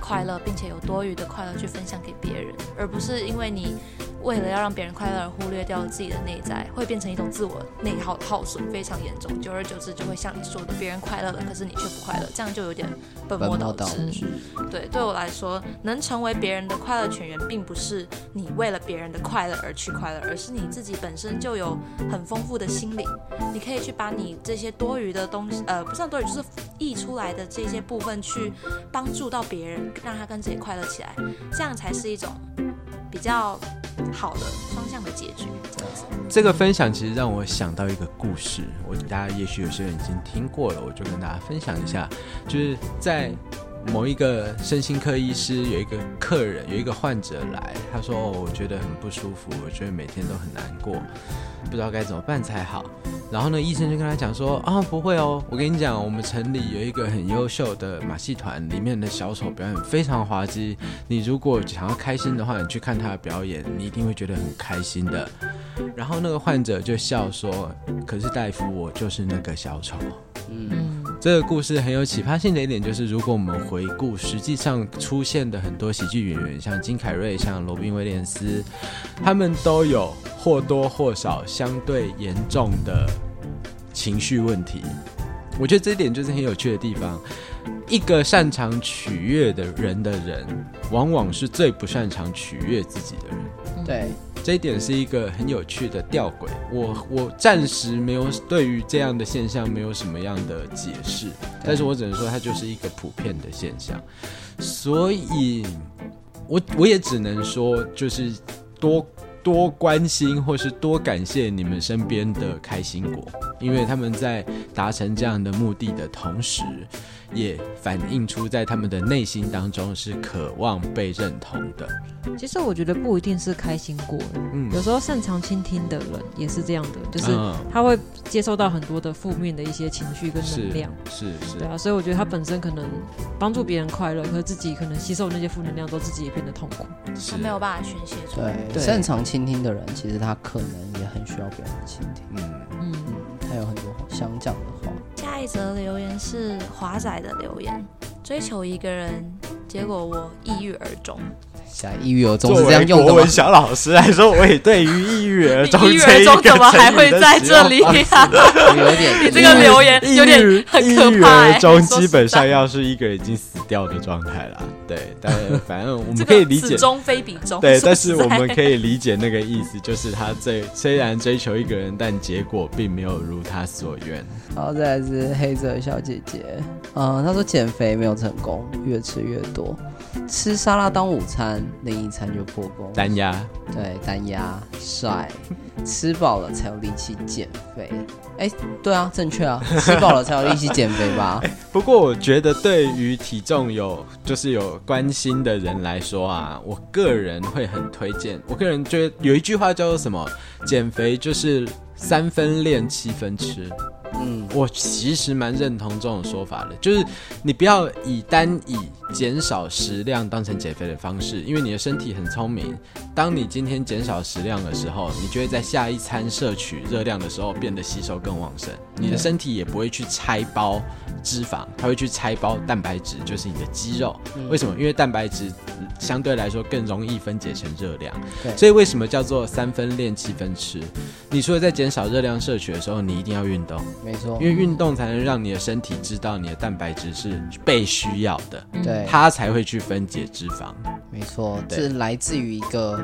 C: 快乐，并且有多余的快乐去分享给别人，而不是因为你为了要让别人快乐而忽略掉自己的内在，会变成一种自我内耗耗损非常严重。久而久之，就会像你说的，别人快乐了，可是你却不快乐，这样就有点本末
A: 本末
C: 倒
A: 倒
C: 置。对，对我来说，能成为别人的快乐全员，并不是你为了别人的快乐而去快乐，而是你自己本身就有很丰富的心理，你可以去把你这些多余的东西，呃，不算多余，就是溢出来的这些部分去帮助到别人，让他跟自己快乐起来，这样才是一种比较好的双向的结局。这样子
D: 这个分享其实让我想到一个故事，我大家也许有些人已经听过了，我就跟大家分享一下，就是在某一个身心科医师有一个客人有一个患者来，他说、哦、我觉得很不舒服，我觉得每天都很难过，不知道该怎么办才好。然后呢，医生就跟他讲说啊，不会哦，我跟你讲，我们城里有一个很优秀的马戏团，里面的小丑表演非常滑稽，你如果想要开心的话，你去看他的表演，你一定会觉得很开心的。然后那个患者就笑说：“可是大夫，我就是那个小丑。”
E: 嗯，
D: 这个故事很有启发性的一点就是，如果我们回顾实际上出现的很多喜剧演员，像金凯瑞、像罗宾威廉斯，他们都有或多或少相对严重的情绪问题。我觉得这一点就是很有趣的地方。一个擅长取悦的人的人，往往是最不擅长取悦自己的人。
A: 对，
D: 这一点是一个很有趣的吊诡。我我暂时没有对于这样的现象没有什么样的解释，但是我只能说它就是一个普遍的现象。所以，我我也只能说，就是多多关心或是多感谢你们身边的开心果，因为他们在达成这样的目的的同时，也反映出在他们的内心当中是渴望被认同的。
B: 其实我觉得不一定是开心果，
D: 嗯
B: 有时候擅长倾听的人也是这样的，就是
D: 嗯
B: 他会接受到很多的负面的一些情绪跟能量。
D: 是是
B: 对啊，所以我觉得他本身可能帮助别人快乐，可是自己可能吸收那些负能量之后，自己也变得痛苦。
D: 是
C: 他没有办法宣泄出来。
A: 对，
B: 对
A: 擅长倾听的人，其实他可能也很需要别人倾听，
D: 嗯，
B: 嗯，
A: 他有很多想讲的话。
C: 下一则留言是华仔的留言，追求一个人，结果我抑郁而终。
A: 下一语有总
F: 作
A: 是
F: 为
A: 这样用的
F: 国
A: 吗
F: 文？小老师来说，我也对于抑郁 而哎终
C: 抑郁
F: 这
C: 而
F: 一
C: 终
F: 个
C: 怎么还
F: 成语
C: 会
F: 的
C: 在
F: 使
C: 这
F: 用
C: 里
F: 方
C: 呀、
A: 我有点，
C: 你这个留言有点很
F: 抑郁
C: 可
F: 抑郁
C: 怕、
F: 而
C: 欸。
F: 终
C: 说
F: 基
C: 实
F: 本
C: 在
F: 上要是一个已经死掉的状态啦。对， 但反正我们
C: 这
F: 可以
C: 个
F: 理解
C: 此。中非彼中。
F: 对，
C: 说
F: 但是
C: 实
F: 我
C: 在
F: 们可以理解那个意思，就是他最虽然追求一个人，但结果并没有如他所愿。
A: 然后再来是黑泽小姐姐，嗯，她说减肥没有成功，越吃越多，吃沙拉当午餐，另一餐就破功。
D: 单压
A: 对，单压帅，吃饱了才有力气减肥。哎，对啊，正确啊，吃饱了才有力气减肥 吧？
D: 不过我觉得，对于体重有就是有关心的人来说啊，我个人会很推荐。我个人觉得有一句话叫做什么？减肥就是三分练，七分吃。
A: 嗯，
D: 我其实蛮认同这种说法的，就是你不要以单以减少食量当成减肥的方式，因为你的身体很聪明，当你今天减少食量的时候，你就会在下一餐摄取热量的时候变得吸收更旺盛，你的身体也不会去拆包脂肪，它会去拆包蛋白质，就是你的肌肉。为什么？因为蛋白质嗯相对来说更容易分解成热量
A: 对，
D: 所以为什么叫做三分练七分吃？你除了在减少热量摄取的时候，你一定要运动。
A: 没错
D: 因，为运动才能让你的身体知道你的蛋白质是被需要的，
A: 对，
D: 它才会去分解脂肪。
A: 没错，
D: 对
A: 这来自于一个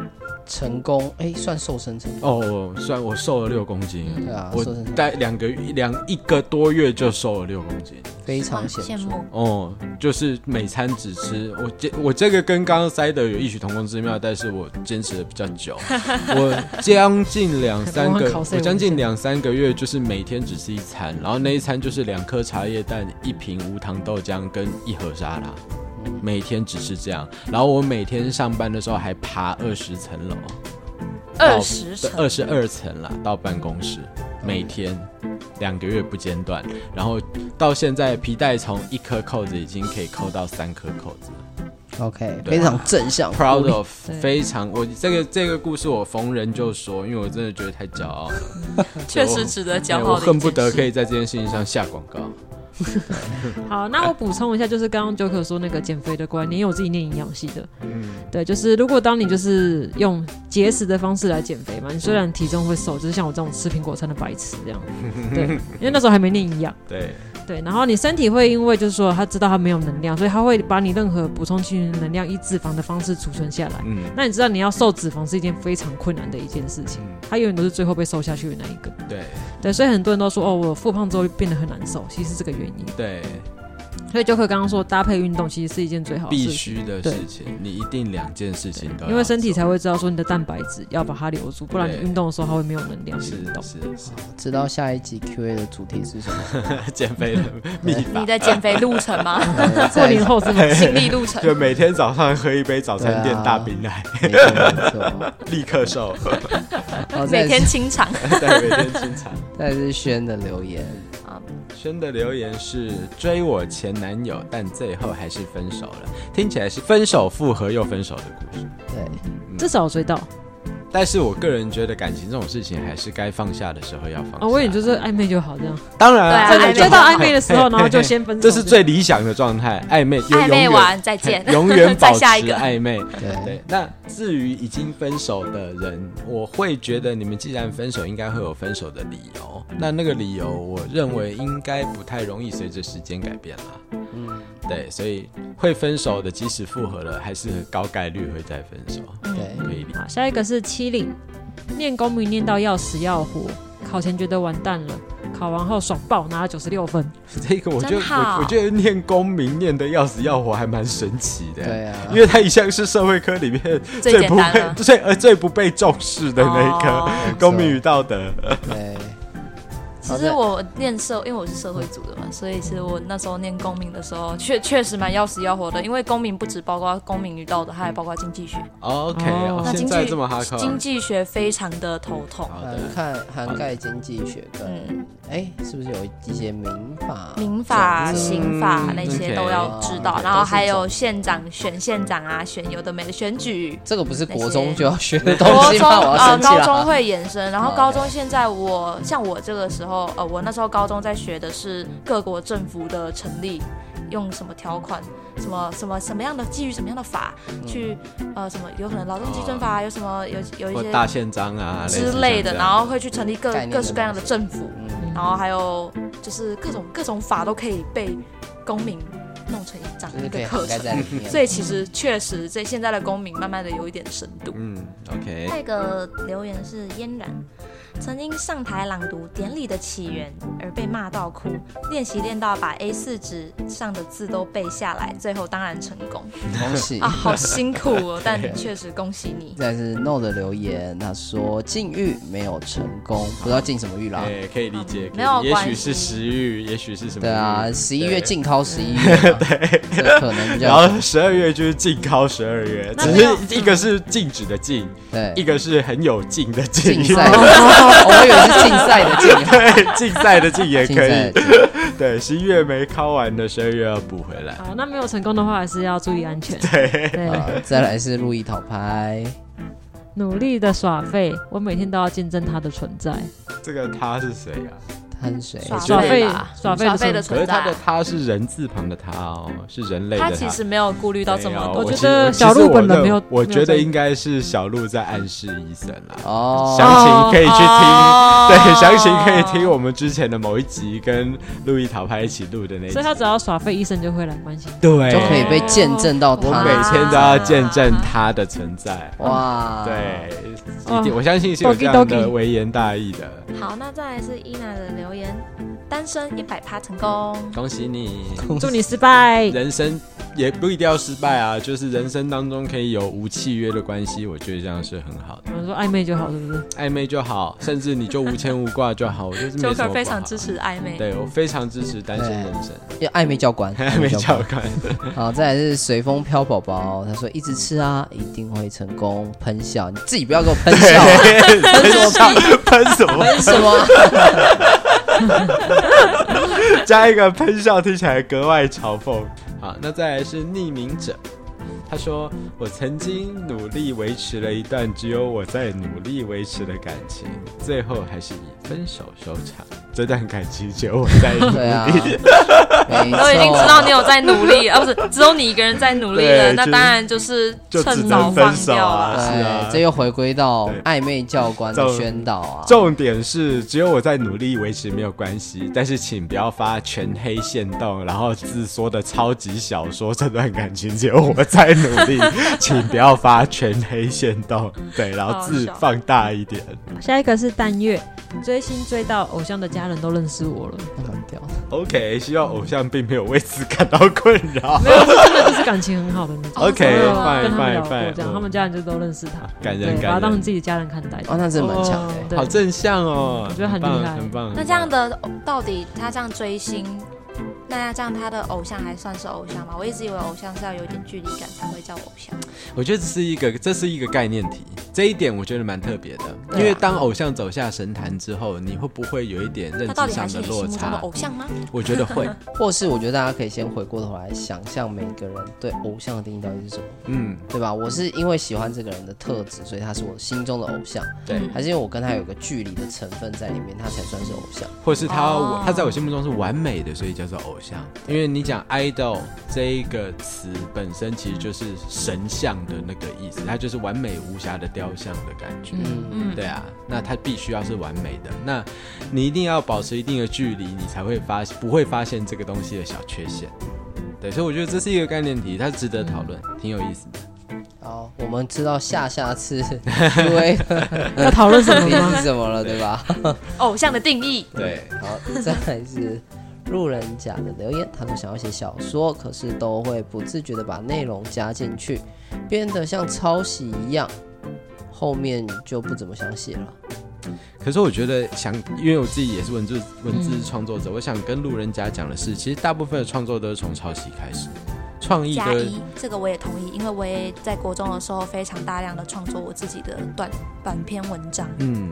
A: 成功，哎，算瘦身成功。
D: 哦，虽然我瘦了六公斤，
A: 对啊，
D: 我
A: 瘦身成功
D: 待两个月两一个多月就瘦了六公斤。
A: 非
C: 哇
A: 常显
C: 羡
A: 著。
C: 慕。
D: 哦，就是每餐只吃我这我这个跟刚刚塞的有异曲同工之妙，但是我坚持的比较 久，我将近两三
B: 我
D: 个
B: 很，考试
D: 我将近两三个月就是每天只吃一餐，然后那一餐就是两颗茶叶蛋、一瓶无糖豆浆跟一盒沙拉，每天只吃这样，然后我每天上班的时候还爬二十层楼，
C: 二十层，
D: 二十二层啦，到办公室，每天两个月不间断，然后到现在皮带从一颗扣子已经可以扣到三颗扣子了
A: OK，
D: 对啊
A: 非常正向。
D: ，proud of，
B: 对
D: 非常我这个这个故事我逢人就说，因为我真的觉得太骄傲了，
C: 确实值得 骄
D: 对
C: 傲
D: 我
C: 的一件事。
D: 恨不得可以在这件事情上下广告。
B: 好，那我补充一下，就是刚刚 Joker 说那个减肥的观念，因为我自己念营养系的，对，就是如果当你就是用节食的方式来减肥嘛，你虽然体重会瘦，就是像我这种吃苹果餐的白痴这样，对，因为那时候还没念营养，
D: 对，
B: 对，然后你身体会因为就是说他知道他没有能量，所以他会把你任何补充进去的能量以脂肪的方式储存下来。
D: 嗯，
B: 那你知道你要瘦脂肪是一件非常困难的一件事情，
D: 嗯
B: 它永远都是最后被瘦下去的那一个。
D: 对
B: 对，所以很多人都说哦，我复胖之后变得很难受，其实是这个原因。
D: 对，
B: 所以 Joker 刚刚说搭配运动其实是一件最好的
D: 必
B: 事情。
D: 须的事情，你一定两件事情都要做，
B: 因为身体才会知道说你的蛋白质要把它留住，不然你
D: 对
B: 运动的时候它会没有能量去
D: 是
B: 运动。
D: 是是，
A: 知道下一集 Q&A 的主题是什么？
D: 减肥的秘法
C: 你。的减肥路程 吗？
A: 呃
B: 过
A: 下一集
B: 年后是吗？
C: 心理路 程。
F: 就每天早上喝一杯早餐店
A: 对啊
F: 大冰奶，
A: 没错没错。
F: 立刻瘦。
A: 然后再
C: 每
A: 来
C: 天
A: 是
C: 清场。
D: 对，每天清肠。
A: 再来是轩的留言，
D: 轩的留言是追我前男友，但最后还是分
C: 嗯
D: 手了，听起来是分手复合又分手的故事。
A: 对，
B: 至少我追到，
D: 但是我个人觉得感情这种事情还是该放下的时候要放下。
B: 啊，我也就是暧昧就好这样。
D: 当然啊，
C: 对
D: 这
C: 啊暧昧
D: 种
B: 追到暧昧的时候，然后就先分 手，
D: 这是最理想的状态，暧昧就
C: 嗯
D: 永
C: 暧昧
D: 远，
C: 完再见
D: 永 远保
C: 再
D: 持
C: 下一个。
D: 暧昧。
A: 对，
D: 对，那至于已经分手的人，我会觉得你们既然分手，应该会有分手的理由。那那个理由，我认为应该不太容易随着时间改变啦。
A: 嗯，
D: 对，所以会分手的，即使复合了，还是高概率会再分手，
A: 对，
C: 嗯
D: 可以理解。
B: 好，下一个是七零，念公民念到要死要活，考前觉得完蛋了，考完后爽爆，拿了九十六分。
D: 这个我就
C: 真好
D: 我我觉得念公民念的要死要活，还蛮神奇的。
A: 对啊
D: 因为它一向是社会科里面
C: 最
D: 最不
C: 简单
D: 被
C: 了
D: 最呃最不被重视的那一
C: 哦
D: 科， 公民与道德。
A: 对，
C: 其实我念社，因为我是社会组的嘛，所以其实我那时候念公民的时候，确确实蛮要死要活的。因为公民不只包括公民与道德，它还包括经济学。
D: OK，
B: 哦
D: 哦
C: 那
D: 现
C: 经
D: 在
C: 济
D: 这么哈口，
C: 经济学非常的头痛。
D: 好的
A: 涵，盖呃涵盖经济学跟
C: 嗯，
A: 哎，是不是有一些民法？
C: 民法、
A: 总则
C: 刑法
D: 嗯
C: 那些
D: OK
C: 都要知道，
A: 哦
C: 然后还
A: 都
C: 有县长选县长啊，选有的没的选举。
A: 这个不是国
C: 那
A: 中
C: 些
A: 就要学的东
C: 国
A: 西
C: 中
A: 吗？我要
C: 呃，
A: 生气了。
C: 高中会延伸，然后
A: 哦
C: 高中现在我像我这个时候，呃，我那时候高中在学的是各国政府的成立，用什么条款，什么什么什么样的基于什么样的法
A: 嗯
C: 去，呃，什么有可能劳动基
A: 哦
C: 准法，有什么有有一
D: 或
C: 些
D: 大宪章啊
C: 之类的，然后会去成立各
A: 概念的
C: 各式各样的政府，
A: 嗯，
C: 然后还有就是各种各种法都可以被公民弄成一张
A: 就是
C: 一
A: 可以
C: 个
A: 涵
C: 课
A: 盖
C: 程，
A: 在里面。
C: 所以其实确实这现在的公民慢慢的有一点深度。
D: 嗯，OK，
C: 下一个留言是嫣然，曾经上台朗读《典礼的起源》而被骂到哭，练习练到把 A 4纸上的字都背下来，最后当然成 功
A: 恭喜
C: 啊，！好辛苦哦，但确实恭喜 你。
A: 再来是 No 的留言，他说禁欲没有成功，不知道
C: 啊
A: 禁什么欲啦。
D: 哎，可以理解，可以
C: 没有
D: 也
C: 关
D: 许是
C: 系
D: 食欲，也许是什么欲？
A: 对啊，十一月
D: 对
A: 禁靠十一月 嘛，这可能比
D: 然
A: 较
D: 后十二月就是禁靠十二月，
B: 那
D: 只
B: 没有
D: 是一个是禁止的禁，一
A: 对
D: 个是很有劲的劲
A: 竞， 赛，哦我以为是竞赛的竞，
D: 对，竞赛的竞也
A: 竞
D: 可
A: 赛
D: 以
A: 的。竞
D: 对，十一月没考完的，十二月要补回来。
B: 好，那没有成功的话，还是要注意安全。对，
A: 啊。再来是路易讨拍，
B: 努力的耍废，我每天都要见证它的存在。
D: 这个他是谁啊？
A: 他是谁？
C: 耍
B: 耍
C: 废
B: 废
C: 吧，
B: 耍废的
C: 耍废的
D: 可是
C: 存
D: 他的
C: 在。
D: 他是人字旁的他哦，是人类的
C: 他
D: 他。
C: 其实没有顾虑到这
D: 没
C: 么
D: 有
C: 多
B: 我，
D: 其
B: 觉得
D: 其
B: 小
D: 实
B: 鹿
D: 我
B: 本人
D: 认
B: 没有
D: 我
B: 没有
D: 觉得
B: 在
D: 应该是小鹿在暗示医生啦。
A: 哦，
D: 详情可以去听，
C: 哦
D: 对，详情可以听我们之前的某一集跟路易桃拍一起录的那一集
B: 所以。他只要耍废，医生就会来关心。
D: 对
A: 就可以被见证到他
D: 我每
A: 的
D: 天都要见证他的存在。
A: 哇，
D: 对，
B: 哦
D: 一定我相信是有这样的微言大义的。
C: 好，那再来是伊娜的留言，单身一百趴成功，
B: 嗯
D: 恭喜你，
B: 祝你失败。
D: 人生也不一定要失败啊，就是人生当中可以有无契约的关系，我觉得这样是很好的，
B: 我们说暧昧就好，是不是？
D: 暧昧就好，甚至你就无牵无挂就好，我觉得是没什么不好
C: Joker 非常支，持暧昧。
D: 对我非常支持单身人生，
A: 因为暧昧教 官，
C: 哎
D: 暧昧教
A: 官。
D: 官，
A: 好，再来是随风飘宝宝，他说一直吃啊，一定会成功。喷笑，你自己不要给我喷笑、 啊，喷什么屁？
D: 喷什么？
A: 喷什 么？啊
D: 加一个喷笑，听起来格外嘲讽。好，那再来是匿名者，他说：“我曾经努力维持了一段只有我在努力维持的感情，最后还是以分手收场。这段感情只有我在努
A: 对 啊
D: 力。，
A: 没错
C: 都已经知道你有在努力，啊，不是只有你一个人在 努力
D: 对
C: 了，
D: 就
C: 那
D: 是
C: 当然就是
D: 就只
C: 趁
D: 能
C: 早放
D: 分手
C: 掉
D: 啊
C: 啊。
D: 是啊
A: 对，这又回归到
D: 对
A: 暧昧教官的宣导啊。
D: 重点是，只有我在努力维持没有关系，但是请不要发全黑线动，然后自说的超级小说。这段感情只有我在努 力，请不要发全黑线动。对，然后字
C: 好笑
D: 放大一点。
B: 下一个是淡月，追星追到偶像的家人都认识我 了，
A: 那蛮屌的
D: OK，希望偶像并没有为此感到困扰。
B: 没有，是真的就是感情很好的那种。
D: OK，
B: 我有
D: fine
B: 跟他们
D: fine
B: 聊过
D: fine，
B: 这样，他们家人就都认识他，
D: 感
B: 对
D: 人，
B: 把他
D: 感
B: 当成
D: 人，
B: 自己家人看待的。
A: 哦，那真的蛮强的、
B: 哦
A: 欸。
B: 对
D: 好正向哦，
B: 我觉得很厉害
D: 棒很棒。
C: 那这样的到底他这样追星，那那这样他的偶像还算是偶像吗？我一直以为偶像是要有一点距离感才会叫偶像。
D: 我觉得这是一个这是一个概念题，这一点我觉得蛮特别的，
C: 啊
D: 因为当偶像走下神坛之后，你会不会有一点认
C: 他到
D: 知
C: 底还
D: 上的
C: 是你心
D: 落
C: 目中的
D: 差？
C: 偶像吗？
D: 我觉得会，
A: 或是我觉得大家可以先回过头来想象每个人对偶像的定义到底是什么，
D: 嗯，
A: 对吧？我是因为喜欢这个人的特质，所以他是我心中的偶像，
D: 对，
A: 还是因为我跟他有个距离的成分在里面，他才算是偶像？
D: 或是他、
C: 哦
D: 他在我心目中是完美的，所以叫做偶像。因为你讲 idol 这一个词本身其实就是神像的那个意思，它就是完美无瑕的雕像的感觉。
A: 嗯，
C: 嗯，
D: 对啊，那它必须要是完美的，那你一定要保持一定的距离，你才会发不会发现这个东西的小缺陷。对，所以我觉得这是一个概念题，它值得讨论，挺有意思的。
A: 好，我们知道下下次因为
D: 呃
B: 要讨论什么
A: 定
B: 吗
A: 义？是什么了，对吧？
C: 偶像的定义，
D: 对，
A: 好，再来是路人甲的留言，他说想要写小说，可是都会不自觉的把内容加进去，变得像抄袭一样，后面就不怎么想写了。
D: 可是我觉得想，因为我自己也是文字文字创作者，我想跟路人甲讲的是，其实大部分的创作都是从抄袭开始，创意
C: 加
D: 的
C: 一，这个我也同意，因为我也在国中的时候非常大量的创作我自己的短短篇文章。
D: 嗯，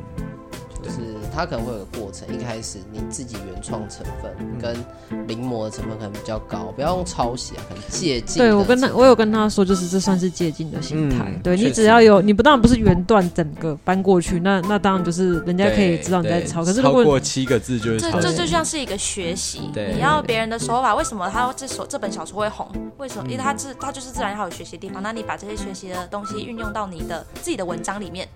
A: 就是它可能会有个过程，一开始你自己原创成分
B: 嗯
A: 跟临摹的成分可能比较高，不要用抄袭啊，可能借鉴的成分。
B: 对我跟他，我有跟他说，就是这算是借镜的心态。
D: 嗯
B: 对
D: 确
B: 你
D: 实
B: 只要有，你不当然不是原段整个搬过去，那那当然就是人家可以知道你在
D: 对
B: 抄。
D: 对
B: 可是
D: 超
B: 如果
D: 过七个字就是
C: 这
D: 抄
C: 这
D: 袭，
C: 就像是一个学习，
D: 对
C: 你要别人的手法，为什么他这首这本小说会红？为什么？因为他自他就是自然要有学习的地方，那你把这些学习的东西运用到你的自己的文章里面，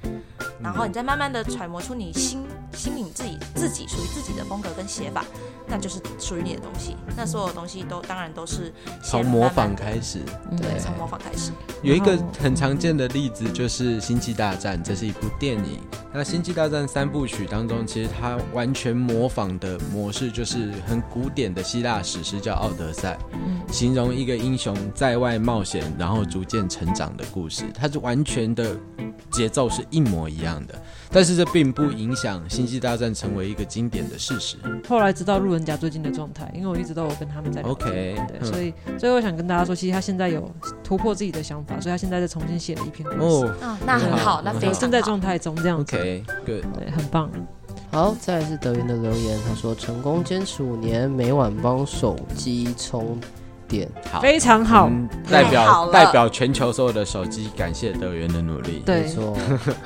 C: 然后你再慢慢的揣摩出你心心里自己自己属于自己的风格跟写法，那就是属于你的东西。那所有东西都当然都是先
D: 从模
C: 慢慢
D: 仿开始。
B: 嗯
A: 对
C: 从模仿开始，
D: 有一个
C: 哦
D: 很常见的例子就是《星际大战》，这是一部电影。那《星际大战》三部曲当中，其实它完全模仿的模式就是很古典的希腊史诗，叫《奥德赛》，
C: 嗯
D: 形容一个英雄在外冒险，然后逐渐成长的故事。它是完全的节奏是一模一样的，但是这并不影响《星际大战》成为一个经典的事实。
B: 后来知道路人甲最近的状态，因为我一直都有跟他们在聊天
D: OK，
B: 对，
D: 嗯
B: 所以所以我想跟大家说，其实他现在有突破自己的想法，所以他现在在重新写了一篇故事，
D: 哦
C: 嗯，那很好，那非
B: 对，
C: 常
B: 正在
C: 好。
B: 状态中这样子，
D: ，OK，good，
B: 对，很棒。
A: 好，再来是德云的留言，他说成功坚持五年，每晚帮手机充电。
D: 好
B: 非常好，
D: 嗯代
C: 太
D: 表
C: 好了
D: 代表全球所有的手机感谢德元的努力。
B: 对
A: 没 错，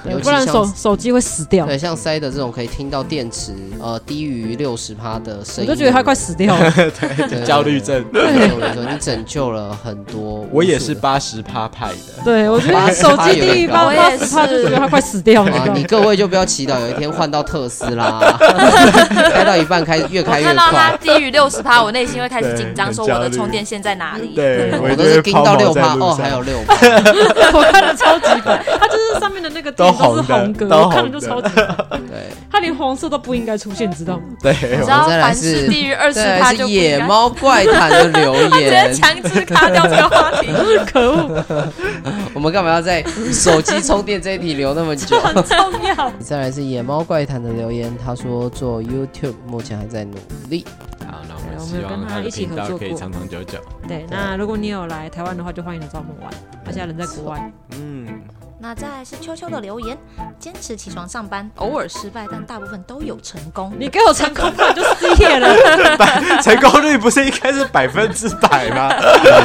B: 对
A: 尤其
B: 不然
A: 像
B: 手手机会死掉，
A: 对像塞的这种可以听到电池呃低于六十趴的声
B: 我
A: 音，
B: 都觉得他快死掉了。
A: 对
D: 焦虑。症，
A: 没错没错，你拯救了很多。
D: 我也是八十趴派的。
B: 对，我觉
A: 八
B: 得
A: 十
B: 手
A: 趴
B: 机
A: 有点
B: 第一
A: 高
B: 八
C: 我
B: 八
C: 也
B: 十趴就觉得他快死 掉
A: 啊！
B: 了
A: 你。各位就不要祈祷有一天换到特斯拉，开到一半开越
C: 我
A: 开越
C: 看到他
A: 快。
C: 低于六十趴，我内心会开始紧张，
D: 对
C: 说我的
D: 很焦虑
C: 充电线在哪里？
D: 对
A: 我都是盯到六趴，哦，还有六 趴，
B: 我看了超级版，它就是上面的那个
D: 都
B: 点都是
D: 红的
B: 红格，
D: 都
B: 我看了
D: 红
B: 就
D: 的
B: 超级
A: 对。
B: 它连黄色都不应该出现，知道吗？
D: 对，
C: 你知道
A: 我再来
C: 凡是
A: 是
C: 低于二十
A: 再来
C: 趴就是不
A: 野
C: 应该
A: 猫怪谈的 留言
C: 直接，强制卡掉这个话题，
B: 可恶，
A: 我们干嘛要在手机充电这一题留那么久？
B: 很重要。
A: 再来是野猫怪谈的留言，他说做 YouTube 目前还在努力，
D: 好，那我
B: 对
D: 们
B: 我们
D: 希
B: 有跟
D: 望
B: 他
D: 他的
B: 一起
D: 频
B: 合
D: 道
B: 作
D: 可以
B: 过
D: 长长久久。
B: 对，那如果你有来台湾的话，就欢迎你找我们玩。他现在人在国外，
D: 嗯，
C: 那再来是秋秋的留言：坚持起床上班，偶尔失败，但大部分都有成功。
B: 你给我成功，不然就失业了。
D: 成功率不是应该是百分之百 吗？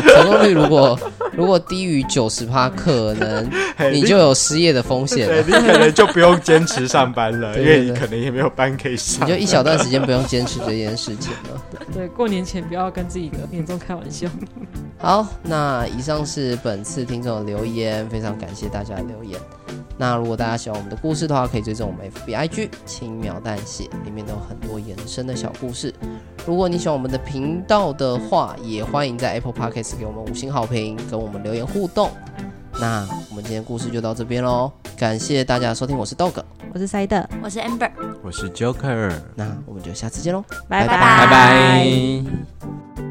A: 成功率如果如果低于九十趴，可能你就有失业的风险了。
D: 你可能就不用坚持上班了
A: 对对因为你可
D: 能也没有班可以上
A: 你就一小段时间不用坚持这件事情了。
B: 对，过年前不要跟自己的年终开玩笑。
A: 好，那以上是本次听众的留言，非常感谢大家的留言。那如果大家喜欢我们的故事的话，可以追踪我们 FB IG 轻描淡写，里面都有很多延伸的小故事。如果你喜欢我们的频道的话，也欢迎在 Apple Podcast 给我们五星好评，跟我们留言互动。那我们今天故事就到这边喽，感谢大家的收听，我是 Dog，
B: 我是塞德，
C: 我是 Amber，
D: 我是 Joker，
A: 那我们就下次见喽。拜
B: 拜
A: 拜
D: 拜拜。